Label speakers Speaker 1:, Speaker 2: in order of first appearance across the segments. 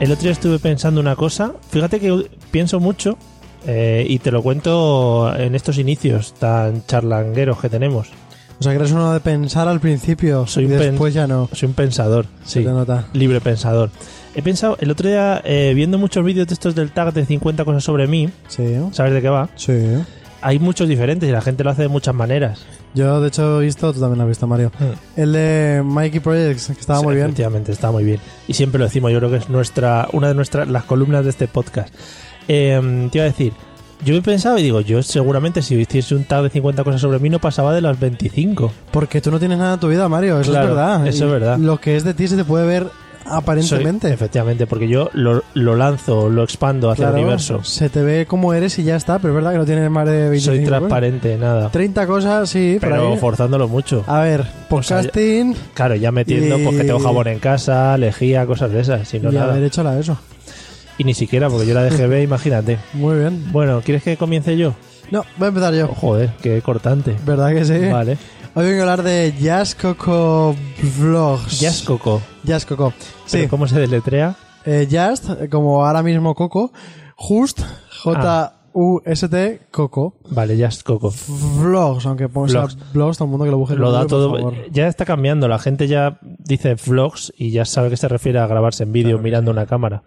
Speaker 1: El otro día estuve pensando una cosa. Fíjate que pienso mucho eh, y te lo cuento en estos inicios tan charlangueros que tenemos.
Speaker 2: O sea, que eres uno de pensar al principio
Speaker 1: Soy
Speaker 2: y
Speaker 1: un pen-
Speaker 2: después ya no.
Speaker 1: Soy un pensador,
Speaker 2: Se
Speaker 1: sí.
Speaker 2: te nota.
Speaker 1: Libre pensador. He pensado, el otro día, eh, viendo muchos vídeos de estos del tag de 50 cosas sobre mí,
Speaker 2: Sí.
Speaker 1: ¿sabes de qué va?
Speaker 2: Sí.
Speaker 1: Hay muchos diferentes y la gente lo hace de muchas maneras.
Speaker 2: Yo, de hecho, he visto, tú también lo has visto, Mario. El de Mikey Projects, que estaba
Speaker 1: Mm. Sí,
Speaker 2: muy bien.
Speaker 1: Efectivamente, está muy bien. Y siempre lo decimos, yo creo que es nuestra, una de nuestras, las columnas de este podcast. Eh, te iba a decir, yo he pensado y digo, yo seguramente si hiciese un tag de 50 cosas sobre mí no pasaba de las 25.
Speaker 2: Porque tú no tienes nada en tu vida, Mario. Eso
Speaker 1: Claro,
Speaker 2: es verdad.
Speaker 1: eso
Speaker 2: Y
Speaker 1: es verdad.
Speaker 2: Lo que es de ti se te puede ver aparentemente.
Speaker 1: Soy- efectivamente, porque yo lo, lo lanzo, lo expando hacia
Speaker 2: Claro,
Speaker 1: el universo.
Speaker 2: Se te ve como eres y ya está, pero es verdad que no tienes más de 25.
Speaker 1: Soy
Speaker 2: ¿eh?
Speaker 1: transparente, nada.
Speaker 2: 30 cosas, sí, por
Speaker 1: Pero
Speaker 2: ahí.
Speaker 1: forzándolo mucho.
Speaker 2: A ver,
Speaker 1: sea,
Speaker 2: podcasting
Speaker 1: Claro, ya metiendo
Speaker 2: Y-
Speaker 1: porque tengo jabón en casa, lejía, cosas de esas, si no
Speaker 2: y
Speaker 1: nada.
Speaker 2: haber hecho la eso.
Speaker 1: Y ni siquiera, porque yo la dejé ver, imagínate.
Speaker 2: Muy bien.
Speaker 1: Bueno, ¿quieres que comience yo? Oh,
Speaker 2: No, Eh. voy a empezar yo.
Speaker 1: Joder, qué cortante.
Speaker 2: ¿Verdad que sí?
Speaker 1: Vale.
Speaker 2: Hoy vengo a hablar de Jazz Coco Vlogs.
Speaker 1: Jazz Coco.
Speaker 2: Jazz Coco.
Speaker 1: ¿Pero
Speaker 2: Sí,
Speaker 1: ¿Cómo se deletrea?
Speaker 2: eh, Just, eh, como ahora mismo Coco, Just, J-U-S-T, Coco.
Speaker 1: Vale, Jazz Coco.
Speaker 2: Vlogs, aunque ponga
Speaker 1: Vlogs.
Speaker 2: vlogs. todo el mundo que lo busque. en
Speaker 1: Lo
Speaker 2: Google,
Speaker 1: da
Speaker 2: por
Speaker 1: todo.
Speaker 2: favor.
Speaker 1: Ya está cambiando. La gente ya dice vlogs y ya sabe que se refiere a grabarse en vídeo mirando una cámara.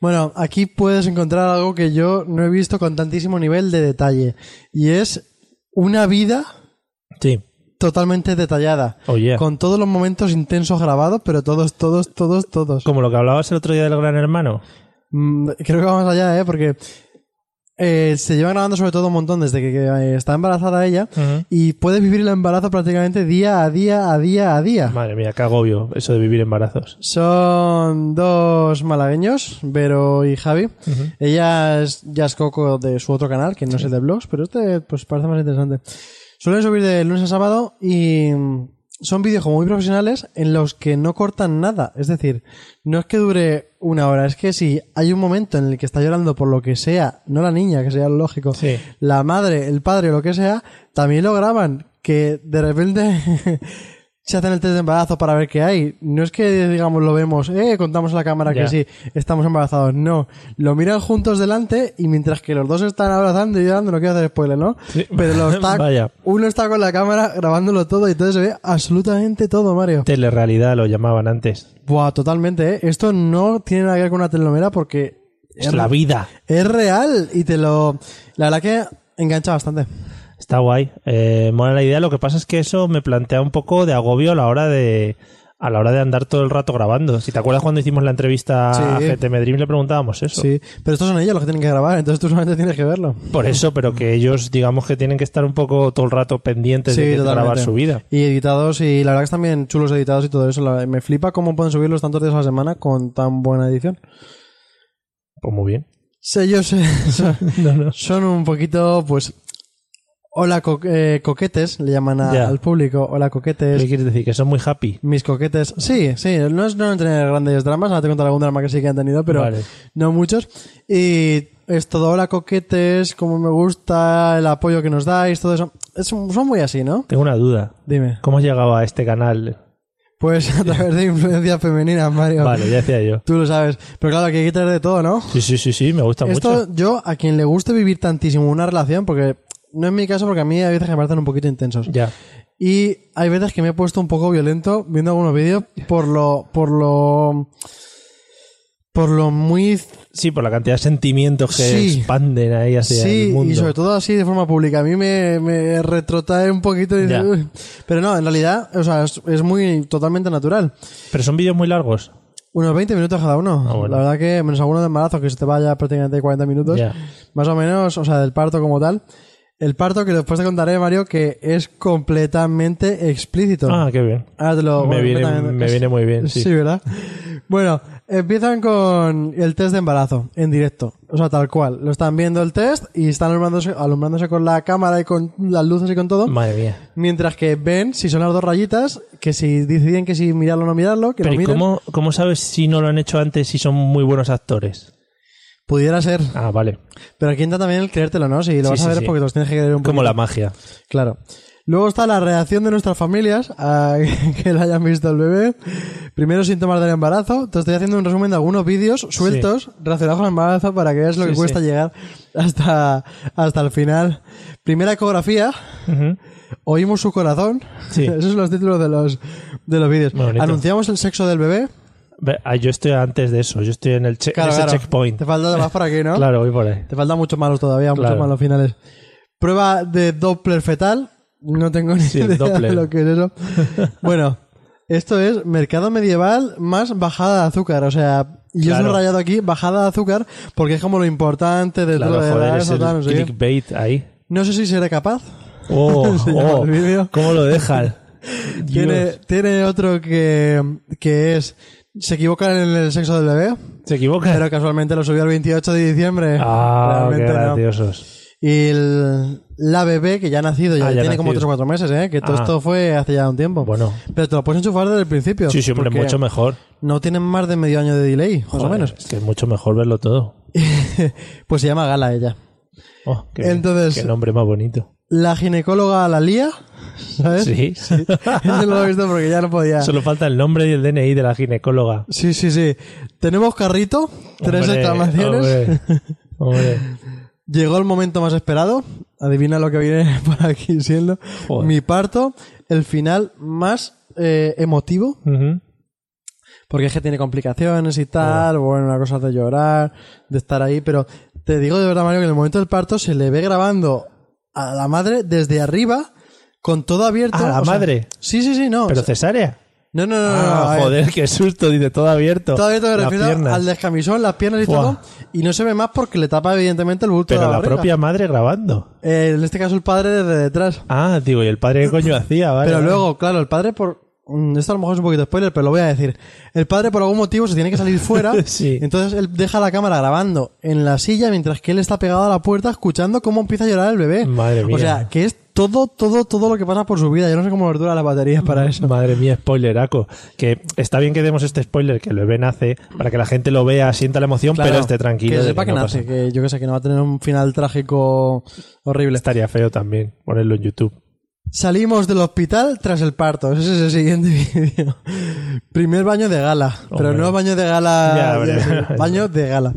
Speaker 2: Bueno, aquí puedes encontrar algo que yo no he visto con tantísimo nivel de detalle. Y es una vida
Speaker 1: Sí.
Speaker 2: totalmente detallada.
Speaker 1: Oye.
Speaker 2: Con todos los momentos intensos grabados, pero todos, todos, todos, todos.
Speaker 1: Como lo que hablabas el otro día del Gran Hermano.
Speaker 2: Mm, creo que vamos allá, ¿eh? Porque eh, se lleva grabando sobre todo un montón desde que, que, eh, está embarazada ella
Speaker 1: Ujú.
Speaker 2: y puedes vivir el embarazo prácticamente día a día, a día, a día.
Speaker 1: Madre mía, qué agobio eso de vivir embarazos.
Speaker 2: Son dos malagueños, Vero y Javi. Ella es Jazz Coco de su otro canal, que no es el de blogs, pero este pues parece más interesante. Suelen subir de lunes a sábado y mm, son vídeos como muy profesionales en los que no cortan nada. Es decir, no es que dure una hora, es que si hay un momento en el que está llorando por lo que sea, no la niña, que sería lo lógico,
Speaker 1: Sí.
Speaker 2: la madre, el padre o lo que sea, también lo graban. Que de repente se hacen el test de embarazo para ver qué hay. No es que, digamos, lo vemos, eh, contamos a la cámara
Speaker 1: Ya.
Speaker 2: que sí, estamos embarazados. No. Lo miran juntos delante y mientras que los dos están abrazando y llorando, no quiero hacer spoiler, ¿no?
Speaker 1: Sí.
Speaker 2: Pero lo está,
Speaker 1: Vaya.
Speaker 2: uno está con la cámara grabándolo todo y entonces se ve absolutamente todo, Mario.
Speaker 1: Telerrealidad lo llamaban antes.
Speaker 2: Buah, totalmente, ¿eh? Esto no tiene nada que ver con una telenovela porque
Speaker 1: Es la vida.
Speaker 2: es real y te lo... La verdad que engancha bastante.
Speaker 1: Está guay. Eh, mola la idea. Lo que pasa es que eso me plantea un poco de agobio a la hora de a la hora de andar todo el rato grabando. Si te acuerdas cuando hicimos la entrevista
Speaker 2: Sí.
Speaker 1: a GTM Dream le preguntábamos eso.
Speaker 2: Sí, pero estos son ellos los que tienen que grabar, entonces tú solamente tienes que verlo.
Speaker 1: Por eso, pero que ellos digamos que tienen que estar un poco todo el rato pendientes de
Speaker 2: totalmente.
Speaker 1: grabar su vida.
Speaker 2: Y editados, y la verdad que están bien chulos editados y todo eso. La- me flipa cómo pueden subirlos tantos días a la semana con tan buena edición.
Speaker 1: Pues muy bien.
Speaker 2: Sí, ellos eh, son,
Speaker 1: No, no.
Speaker 2: son un poquito, pues... Hola co- eh, coquetes, le llaman a-
Speaker 1: Ya.
Speaker 2: al público. Hola coquetes.
Speaker 1: ¿Qué quieres decir? Que son muy happy.
Speaker 2: Mis coquetes. Sí, sí, no, es, no han tenido grandes dramas. Ahora te contaré algún drama que sí que han tenido, pero
Speaker 1: Vale.
Speaker 2: no muchos. Y es todo, hola coquetes, como me gusta, el apoyo que nos dais, todo eso. Es un- son muy así, ¿no?
Speaker 1: Tengo una duda.
Speaker 2: Dime.
Speaker 1: ¿Cómo has llegado a este canal?
Speaker 2: Pues a través de influencias femeninas, Mario.
Speaker 1: Vale, ya decía yo.
Speaker 2: Tú lo sabes. Pero claro, aquí hay que tener de todo, ¿no?
Speaker 1: Sí, sí, sí, sí, me gusta
Speaker 2: Esto,
Speaker 1: mucho.
Speaker 2: yo, a quien le guste vivir tantísimo una relación, porque no es mi caso, porque a mí hay veces que me parecen un poquito intensos.
Speaker 1: Ya.
Speaker 2: Y hay veces que me he puesto un poco violento viendo algunos vídeos por lo, por lo, por lo muy,
Speaker 1: Sí, por la cantidad de sentimientos que
Speaker 2: Sí.
Speaker 1: expanden ahí hacia el
Speaker 2: sí,
Speaker 1: mundo.
Speaker 2: y sobre todo así de forma pública. A mí me, me retrotrae un poquito. y-
Speaker 1: Ya.
Speaker 2: Pero no, en realidad, o sea, es, es muy totalmente natural.
Speaker 1: Pero son vídeos muy largos.
Speaker 2: Unos 20 minutos cada uno.
Speaker 1: Ah, bueno.
Speaker 2: La verdad que, menos alguno de embarazo, que se te vaya prácticamente 40 minutos.
Speaker 1: Ya.
Speaker 2: Más o menos, o sea, del parto como tal. El parto que después te contaré, Mario, que es completamente explícito.
Speaker 1: Ah, qué bien.
Speaker 2: Ahora te lo...
Speaker 1: Me
Speaker 2: bueno,
Speaker 1: viene,
Speaker 2: completamente-
Speaker 1: me viene muy bien, sí.
Speaker 2: Sí, ¿verdad? Bueno, empiezan con el test de embarazo en directo. O sea, tal cual. Lo están viendo el test y están alumbrándose, alumbrándose con la cámara y con las luces y con todo.
Speaker 1: Madre mía.
Speaker 2: Mientras que ven si son las dos rayitas, que si deciden que si mirarlo o no mirarlo, que
Speaker 1: Pero
Speaker 2: lo
Speaker 1: ¿y
Speaker 2: miren.
Speaker 1: cómo, cómo sabes si no lo han hecho antes si son muy buenos actores?
Speaker 2: Pudiera ser.
Speaker 1: Ah, vale.
Speaker 2: Pero aquí entra también el creértelo, ¿no? Si lo
Speaker 1: Sí,
Speaker 2: vas a
Speaker 1: sí,
Speaker 2: ver es
Speaker 1: sí.
Speaker 2: porque te los tienes que creer un poco.
Speaker 1: Como la magia.
Speaker 2: Claro. Luego está la reacción de nuestras familias a que le hayan visto al bebé. Primeros síntomas del embarazo. Te estoy haciendo un resumen de algunos vídeos sueltos relacionados con el embarazo para que veas lo
Speaker 1: Sí,
Speaker 2: que cuesta
Speaker 1: sí.
Speaker 2: llegar hasta, hasta el final. Primera ecografía.
Speaker 1: Ujú.
Speaker 2: Oímos su corazón.
Speaker 1: Sí.
Speaker 2: Esos son los títulos de los, de los vídeos.
Speaker 1: Muy bonito.
Speaker 2: Anunciamos el sexo del bebé.
Speaker 1: Ve- ah, yo estoy antes de eso. Yo estoy en el che-
Speaker 2: Claro,
Speaker 1: ese
Speaker 2: claro.
Speaker 1: checkpoint.
Speaker 2: Te falta más por aquí, ¿no?
Speaker 1: Claro, voy por ahí.
Speaker 2: Te faltan muchos malos todavía,
Speaker 1: Claro.
Speaker 2: muchos malos finales. Prueba de Doppler fetal. No tengo ni
Speaker 1: Sí, el
Speaker 2: idea
Speaker 1: Doppler.
Speaker 2: de lo que es eso. bueno, esto es mercado medieval más bajada de azúcar. O sea, yo
Speaker 1: Claro.
Speaker 2: he rayado aquí bajada de azúcar porque es como lo importante de
Speaker 1: Claro,
Speaker 2: todo. de
Speaker 1: joder,
Speaker 2: dar
Speaker 1: es
Speaker 2: eso, tal,
Speaker 1: el
Speaker 2: no, sé qué.
Speaker 1: clickbait ahí.
Speaker 2: No sé si seré capaz.
Speaker 1: Oh,
Speaker 2: Se llama
Speaker 1: oh,
Speaker 2: el vídeo.
Speaker 1: ¿Cómo lo dejan? Dios.
Speaker 2: Tiene, tiene otro que, que es... Se equivocan en el sexo del bebé,
Speaker 1: ¿Se equivoca?
Speaker 2: pero casualmente lo subió el 28 de diciembre.
Speaker 1: Ah, qué
Speaker 2: Realmente no.
Speaker 1: graciosos.
Speaker 2: Y el- la bebé que ya ha nacido, ya,
Speaker 1: Ah, ya
Speaker 2: tiene
Speaker 1: ha
Speaker 2: como
Speaker 1: nacido.
Speaker 2: 3 o 4 meses, ¿eh? que todo
Speaker 1: Ah.
Speaker 2: esto fue hace ya un tiempo.
Speaker 1: Bueno.
Speaker 2: Pero te lo puedes enchufar desde el principio.
Speaker 1: Sí, siempre
Speaker 2: porque
Speaker 1: mucho mejor.
Speaker 2: No tienen más de medio año de delay, más o
Speaker 1: Joder,
Speaker 2: menos.
Speaker 1: Es que es mucho mejor verlo todo.
Speaker 2: pues se llama Gala ella.
Speaker 1: Oh, qué,
Speaker 2: Entonces-
Speaker 1: qué nombre más bonito.
Speaker 2: La ginecóloga la lía, ¿sabes?
Speaker 1: Sí.
Speaker 2: Ese no lo he visto porque ya no podía.
Speaker 1: Solo falta el nombre y el DNI de la ginecóloga.
Speaker 2: Sí, sí, sí. Tenemos carrito, tres
Speaker 1: Hombre,
Speaker 2: exclamaciones.
Speaker 1: hombre, hombre.
Speaker 2: Llegó el momento más esperado. Adivina lo que viene por aquí siendo.
Speaker 1: Joder.
Speaker 2: Mi parto, el final más eh, emotivo
Speaker 1: Ujú.
Speaker 2: Porque es que tiene complicaciones y tal, bueno, una cosa de llorar, de estar ahí, pero te digo de verdad, Mario, que en el momento del parto se le ve grabando a la madre desde arriba, con todo abierto.
Speaker 1: Ah, la
Speaker 2: o sea-
Speaker 1: madre.
Speaker 2: sí, sí, sí, no.
Speaker 1: Pero
Speaker 2: o sea,
Speaker 1: cesárea.
Speaker 2: no, no, no, no, no, a
Speaker 1: Ah,
Speaker 2: ver,
Speaker 1: joder, qué susto. Dice todo abierto.
Speaker 2: Todo abierto me
Speaker 1: Las
Speaker 2: refiero
Speaker 1: piernas.
Speaker 2: al descamisón, las piernas y
Speaker 1: Buah.
Speaker 2: todo, y no se ve más porque le tapa evidentemente el bulto de
Speaker 1: Pero
Speaker 2: la,
Speaker 1: la
Speaker 2: barriga.
Speaker 1: propia madre grabando.
Speaker 2: Eh, en este caso el padre desde detrás.
Speaker 1: Ah, digo, ¿y el padre qué coño hacía? Vale,
Speaker 2: Pero
Speaker 1: vale.
Speaker 2: luego, claro, el padre por... mm, Esto a lo mejor es un poquito spoiler, pero lo voy a decir. El padre por algún motivo se tiene que salir fuera.
Speaker 1: Sí.
Speaker 2: Entonces él deja la cámara grabando en la silla mientras que él está pegado a la puerta escuchando cómo empieza a llorar el bebé.
Speaker 1: Madre mía.
Speaker 2: O sea, que es todo, todo, todo lo que pasa por su vida. Yo no sé cómo les dura las baterías para eso.
Speaker 1: Madre mía, spoileraco. Que está bien que demos este spoiler, que el bebé nace, para que la gente lo vea, sienta la emoción,
Speaker 2: Claro,
Speaker 1: pero esté tranquilo.
Speaker 2: Que
Speaker 1: de
Speaker 2: sepa que,
Speaker 1: no
Speaker 2: nace,
Speaker 1: pasa.
Speaker 2: que yo que sé, que no va a tener un final trágico horrible.
Speaker 1: Estaría feo también ponerlo en YouTube.
Speaker 2: Salimos del hospital tras el parto. Ese es el siguiente vídeo. Primer baño de gala. Pero
Speaker 1: Hombre.
Speaker 2: no baño de gala.
Speaker 1: Ya, hombre.
Speaker 2: sí, baño de gala.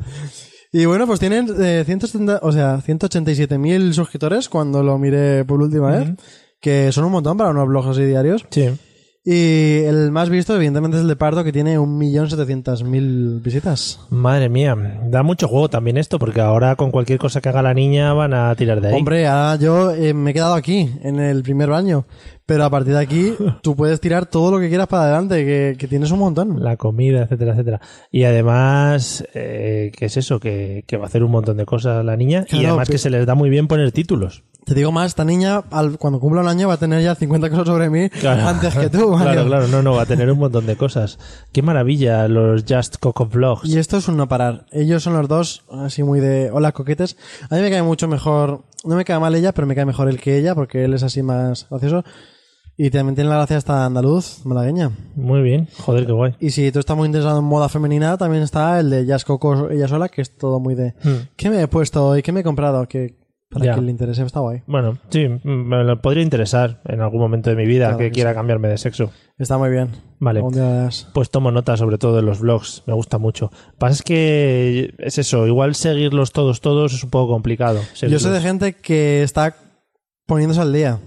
Speaker 2: Y bueno, pues tienen eh, 170, o sea, 187.000 suscriptores cuando lo miré por última vez. Que son un montón para unos blogs así diarios.
Speaker 1: Sí.
Speaker 2: Y el más visto, evidentemente, es el de parto, que tiene 1.700.000 visitas.
Speaker 1: Madre mía, da mucho juego también esto, porque ahora con cualquier cosa que haga la niña van a tirar de ahí.
Speaker 2: Hombre, ahora yo eh, me he quedado aquí, en el primer baño. Pero a partir de aquí, tú puedes tirar todo lo que quieras para adelante, que, que tienes un montón.
Speaker 1: La comida, etcétera, etcétera. Y además, eh, ¿qué es eso? Que, que va a hacer un montón de cosas la niña y
Speaker 2: Claro,
Speaker 1: además que
Speaker 2: pero-
Speaker 1: se les da muy bien poner títulos.
Speaker 2: Te digo más, esta niña, al- cuando cumpla un año, va a tener ya 50 cosas sobre mí
Speaker 1: Claro.
Speaker 2: antes que tú. Mario.
Speaker 1: Claro, claro, no, no, va a tener un montón de cosas. Qué maravilla los Just Coco Vlogs.
Speaker 2: Y esto es un no parar. Ellos son los dos, así muy de hola coquetes. A mí me cae mucho mejor, no me cae mal ella, pero me cae mejor él que ella, porque él es así más gracioso. Y también tiene la gracia hasta andaluz, malagueña.
Speaker 1: Muy bien, joder, qué guay.
Speaker 2: Y si tú estás muy interesado en moda femenina, también está el de Jazz Coco, ella sola, que es todo muy de ¿qué me he puesto hoy? ¿Qué me he comprado? Que para
Speaker 1: Hmm. Ya.
Speaker 2: que le interese, está guay.
Speaker 1: Bueno, sí, mm, me lo podría interesar en algún momento de mi vida
Speaker 2: Claro
Speaker 1: que
Speaker 2: que
Speaker 1: quiera cambiarme de sexo.
Speaker 2: Está muy bien.
Speaker 1: Vale.
Speaker 2: Algún día verás.
Speaker 1: Pues tomo nota sobre todo de los vlogs, me gusta mucho. Pasa es que es eso, igual seguirlos todos, todos es un poco complicado.
Speaker 2: Yo
Speaker 1: seguirlos.
Speaker 2: sé de gente que está poniéndose al día.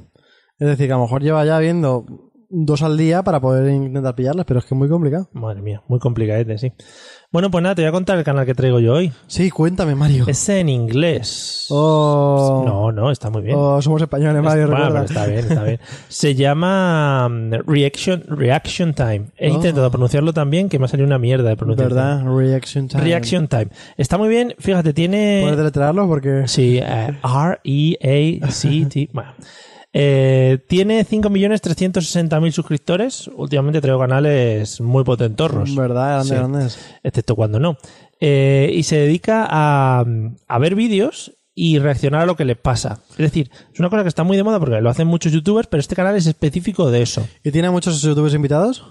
Speaker 2: Es decir, que a lo mejor lleva ya viendo dos al día para poder intentar pillarlas, pero es que es muy complicado.
Speaker 1: Madre mía, muy complicadete, sí. Bueno, pues nada, te voy a contar el canal que traigo yo hoy.
Speaker 2: Sí, cuéntame, Mario.
Speaker 1: Es en inglés.
Speaker 2: Oh,
Speaker 1: No, no, está muy bien.
Speaker 2: oh, somos españoles, Mario,
Speaker 1: Bueno,
Speaker 2: recuerda.
Speaker 1: pero está bien, está bien. Se llama um, Reaction, Reaction Time. He
Speaker 2: Oh.
Speaker 1: intentado pronunciarlo también, que me ha salido una mierda de pronunciar.
Speaker 2: ¿Verdad? Reaction time.
Speaker 1: Reaction Time. Está muy bien, fíjate, tiene...
Speaker 2: Puedes deletrearlo porque...
Speaker 1: Sí, eh, E R-E-A-C-T. Bueno. Eh, tiene 5.360.000 suscriptores. Últimamente traigo canales muy potentorros.
Speaker 2: ¿Verdad? Grandes,
Speaker 1: Sí.
Speaker 2: grandes.
Speaker 1: Excepto cuando no. Eh, y se dedica a, a ver vídeos y reaccionar a lo que les pasa. Es decir, es una cosa que está muy de moda porque lo hacen muchos youtubers, pero este canal es específico de eso.
Speaker 2: ¿Y tiene muchos youtubers invitados?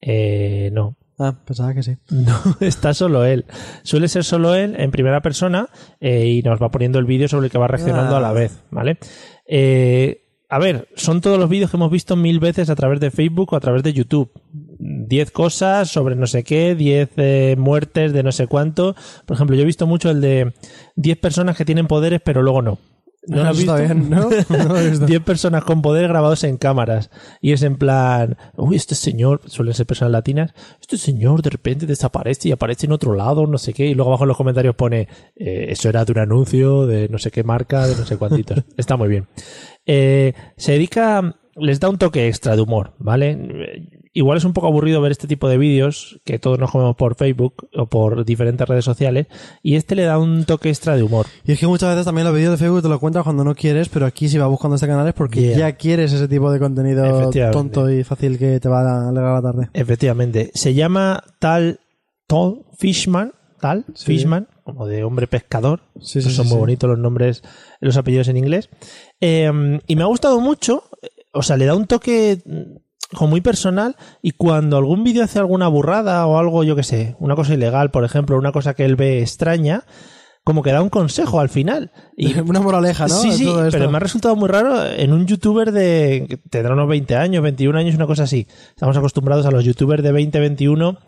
Speaker 1: Eh, no.
Speaker 2: Ah, pensaba que sí.
Speaker 1: No, está solo él. Suele ser solo él en primera persona eh, y nos va poniendo el vídeo sobre el que va reaccionando
Speaker 2: Ah.
Speaker 1: a la vez, ¿vale? Eh, a ver, son todos los vídeos que hemos visto mil veces a través de Facebook o a través de YouTube. Diez cosas sobre no sé qué, diez eh, muertes de no sé cuánto. Por ejemplo, yo he visto mucho el de diez personas que tienen poderes pero luego no. ¿No lo has
Speaker 2: Ah, Eso está
Speaker 1: visto?
Speaker 2: bien, ¿no? No lo he visto.
Speaker 1: 10 personas con poder grabados en cámaras. Y es en plan, uy, este señor, suelen ser personas latinas, este señor de repente desaparece y aparece en otro lado, no sé qué. Y luego abajo en los comentarios pone, "Eh, eso era de un anuncio de no sé qué marca, de no sé cuántitos. Está muy bien. Eh, se dedica, les da un toque extra de humor, ¿vale? Eh, Igual es un poco aburrido ver este tipo de vídeos que todos nos comemos por Facebook o por diferentes redes sociales. Y este le da un toque extra de humor.
Speaker 2: Y es que muchas veces también los vídeos de Facebook te lo encuentras cuando no quieres, pero aquí si vas buscando este canal es porque
Speaker 1: Yeah.
Speaker 2: ya quieres ese tipo de contenido
Speaker 1: Efectivamente.
Speaker 2: tonto y fácil que te va a alegrar la tarde.
Speaker 1: Efectivamente. Se llama tal Tal Fishman, tal
Speaker 2: Sí.
Speaker 1: Fishman, como de hombre pescador.
Speaker 2: Sí, sí,
Speaker 1: Pues son
Speaker 2: sí,
Speaker 1: muy
Speaker 2: sí.
Speaker 1: bonitos los nombres, los apellidos en inglés. Eh, y me ha gustado mucho. eh, O sea, le da un toque mm, como muy personal y cuando algún vídeo hace alguna burrada o algo, yo qué sé, una cosa ilegal, por ejemplo, una cosa que él ve extraña, como que da un consejo al final. Y
Speaker 2: Una moraleja, ¿no?
Speaker 1: Sí,
Speaker 2: De
Speaker 1: sí,
Speaker 2: todo esto.
Speaker 1: pero me ha resultado muy raro en un youtuber de. que tendrá unos 20 años, 21 años, una cosa así. Estamos acostumbrados a los youtubers de 20, 21,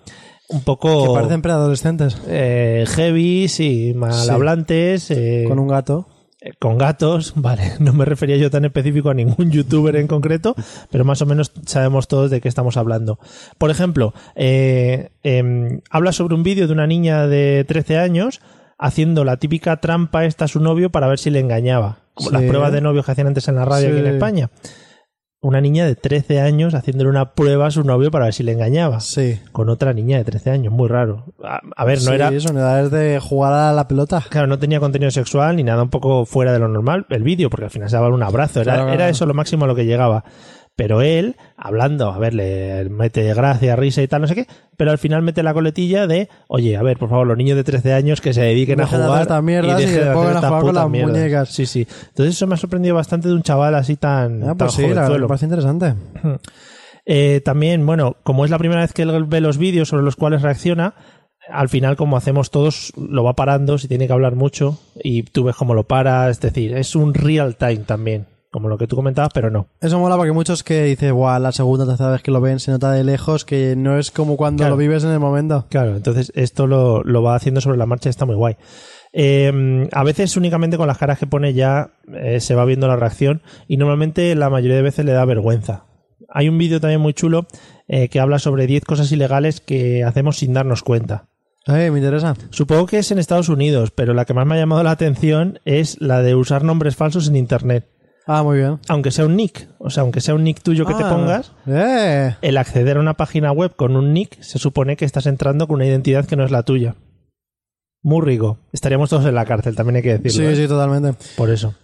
Speaker 1: un
Speaker 2: Que
Speaker 1: poco.
Speaker 2: parecen preadolescentes.
Speaker 1: eh, heavy, sí, malhablantes, eh,
Speaker 2: Con un gato.
Speaker 1: eh, con gatos, vale. No me refería yo tan específico a ningún youtuber en concreto, pero más o menos sabemos todos de qué estamos hablando. Por ejemplo, eh, em, habla sobre un vídeo de una niña de 13 años haciendo la típica trampa esta a su novio para ver si le engañaba. Como las
Speaker 2: Sí.
Speaker 1: pruebas de novios que hacían antes en la radio aquí en
Speaker 2: Sí.
Speaker 1: España. Una niña de 13 años haciéndole una prueba a su novio para ver si le engañaba.
Speaker 2: Sí.
Speaker 1: Con otra niña de 13 años, muy raro. A, a ver, no
Speaker 2: Sí,
Speaker 1: era
Speaker 2: Son edades de jugar a la pelota.
Speaker 1: Claro, no tenía contenido sexual ni nada un poco fuera de lo normal el vídeo, porque al final se daba un abrazo, era,
Speaker 2: Claro, claro.
Speaker 1: era eso lo máximo a lo que llegaba. Pero él, hablando, a ver, le mete gracia, risa y tal, no sé qué, pero al final mete la coletilla de, oye, a ver, por favor, los niños de 13 años que se dediquen
Speaker 2: Dejen de
Speaker 1: a
Speaker 2: hacer
Speaker 1: jugar
Speaker 2: estas mierdas y
Speaker 1: dejen
Speaker 2: que
Speaker 1: de hacer
Speaker 2: pongan a
Speaker 1: estas
Speaker 2: jugar con
Speaker 1: putas
Speaker 2: las muñecas.
Speaker 1: Sí, sí. Entonces eso me ha sorprendido bastante de un chaval así tan,
Speaker 2: Ah,
Speaker 1: tan
Speaker 2: pues sí, la verdad,
Speaker 1: jovenzuelo.
Speaker 2: me parece interesante.
Speaker 1: Eh, también, bueno, como es la primera vez que él ve los vídeos sobre los cuales reacciona, al final, como hacemos todos, lo va parando si tiene que hablar mucho y tú ves cómo lo para. Es decir, es un real time también, como lo que tú comentabas, pero no.
Speaker 2: Eso mola porque muchos que dicen, guau, la segunda o tercera vez que lo ven se nota de lejos que no es como cuando
Speaker 1: Claro.
Speaker 2: lo vives en el momento.
Speaker 1: Claro, entonces esto lo, lo va haciendo sobre la marcha, está muy guay. Eh, a veces únicamente con las caras que pone ya eh, se va viendo la reacción y normalmente la mayoría de veces le da vergüenza. Hay un vídeo también muy chulo eh, que habla sobre 10 cosas ilegales que hacemos sin darnos cuenta.
Speaker 2: Ay, Eh, me interesa.
Speaker 1: Supongo que es en Estados Unidos, pero la que más me ha llamado la atención es la de usar nombres falsos en internet.
Speaker 2: Ah, muy bien.
Speaker 1: Aunque sea un nick, o sea, aunque sea un nick tuyo que te
Speaker 2: Ah,
Speaker 1: pongas,
Speaker 2: ¡Eh!
Speaker 1: el acceder a una página web con un nick se supone que estás entrando con una identidad que no es la tuya. Muy rico. Estaríamos todos en la cárcel, también hay que decirlo.
Speaker 2: Sí,
Speaker 1: ¿eh? Oh,
Speaker 2: sí, totalmente.
Speaker 1: Por eso.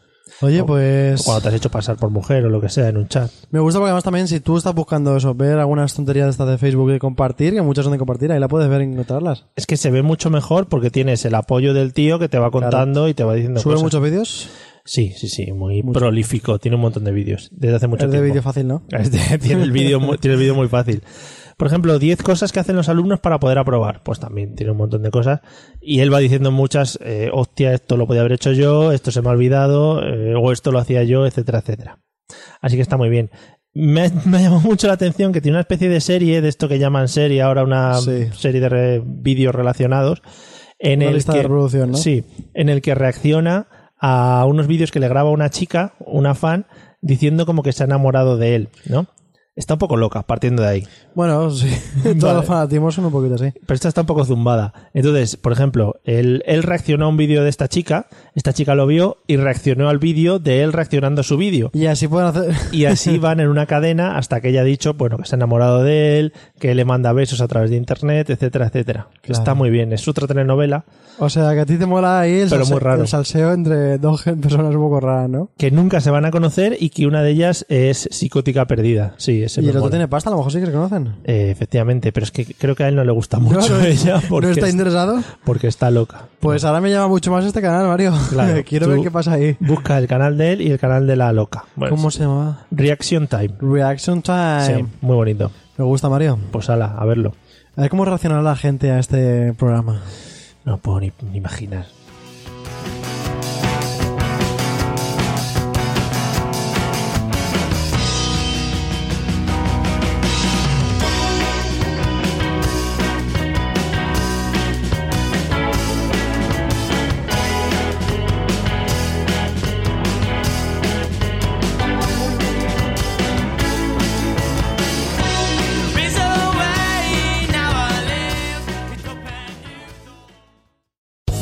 Speaker 2: Oye,
Speaker 1: O-
Speaker 2: pues...
Speaker 1: Cuando te has hecho pasar por mujer o lo que sea en un chat.
Speaker 2: Me gusta porque además también si tú estás buscando eso, ver algunas tonterías estas de Facebook y compartir, que muchas son de compartir, ahí la puedes ver y encontrarlas.
Speaker 1: Es que se ve mucho mejor porque tienes el apoyo del tío que te va contando y te va diciendo
Speaker 2: ¿Sube
Speaker 1: cosas.
Speaker 2: muchos vídeos?
Speaker 1: Sí, sí, sí, muy prolífico. Tiene un montón de vídeos desde hace mucho
Speaker 2: Es de
Speaker 1: tiempo.
Speaker 2: vídeo fácil, ¿no?
Speaker 1: Este tiene el vídeo mu- tiene el vídeo muy fácil. Por ejemplo, 10 cosas que hacen los alumnos para poder aprobar. Pues también tiene un montón de cosas. Y él va diciendo muchas, eh, hostia, esto lo podía haber hecho yo, esto se me ha olvidado, eh, o esto lo hacía yo, etcétera, etcétera. Así que está muy bien. Me ha, me ha llamado mucho la atención que tiene una especie de serie, de esto que llaman serie, ahora una
Speaker 2: Sí.
Speaker 1: serie de re- vídeos relacionados, en
Speaker 2: Una
Speaker 1: el
Speaker 2: lista
Speaker 1: que,
Speaker 2: de reproducción, ¿no?
Speaker 1: Sí, en el que reacciona a unos vídeos que le graba una chica, una fan, diciendo como que se ha enamorado de él, ¿no? Está un poco loca, partiendo de ahí.
Speaker 2: Bueno, sí. Todos
Speaker 1: Vale.
Speaker 2: los fanatismos son un poquito así.
Speaker 1: Pero esta está un poco zumbada. Entonces, por ejemplo, él, él reaccionó a un vídeo de esta chica, esta chica lo vio y reaccionó al vídeo de él reaccionando a su vídeo.
Speaker 2: Y así pueden hacer.
Speaker 1: Y así van en una cadena hasta que ella ha dicho, bueno, que se ha enamorado de él, que le manda besos a través de internet, etcétera, etcétera. Que
Speaker 2: Claro.
Speaker 1: Está muy bien, es otra telenovela
Speaker 2: O sea, que a ti te mola ahí el,
Speaker 1: Pero muy
Speaker 2: salse-
Speaker 1: raro.
Speaker 2: el salseo entre dos gen- personas un poco raras, ¿no?
Speaker 1: que nunca se van a conocer y que una de ellas es psicótica perdida. Sí, ese
Speaker 2: y
Speaker 1: me
Speaker 2: el otro
Speaker 1: mola.
Speaker 2: tiene pasta, a lo mejor sí que se conocen.
Speaker 1: Eh, efectivamente, pero es que creo que a él no le gusta mucho
Speaker 2: no,
Speaker 1: ella porque,
Speaker 2: ¿No está
Speaker 1: es-
Speaker 2: interesado?
Speaker 1: porque está loca.
Speaker 2: Pues ahora me llama mucho más este canal, Mario.
Speaker 1: Claro,
Speaker 2: Quiero
Speaker 1: tú-
Speaker 2: ver qué pasa ahí.
Speaker 1: Busca el canal de él y el canal de la loca. Bueno,
Speaker 2: ¿Cómo
Speaker 1: sí.
Speaker 2: se llamaba?
Speaker 1: Reaction Time.
Speaker 2: Reaction Time.
Speaker 1: Sí, muy bonito.
Speaker 2: Me gusta, Mario.
Speaker 1: Pues ala, a verlo.
Speaker 2: A ver cómo reaccionará la gente a este programa.
Speaker 1: No puedo ni, ni imaginar.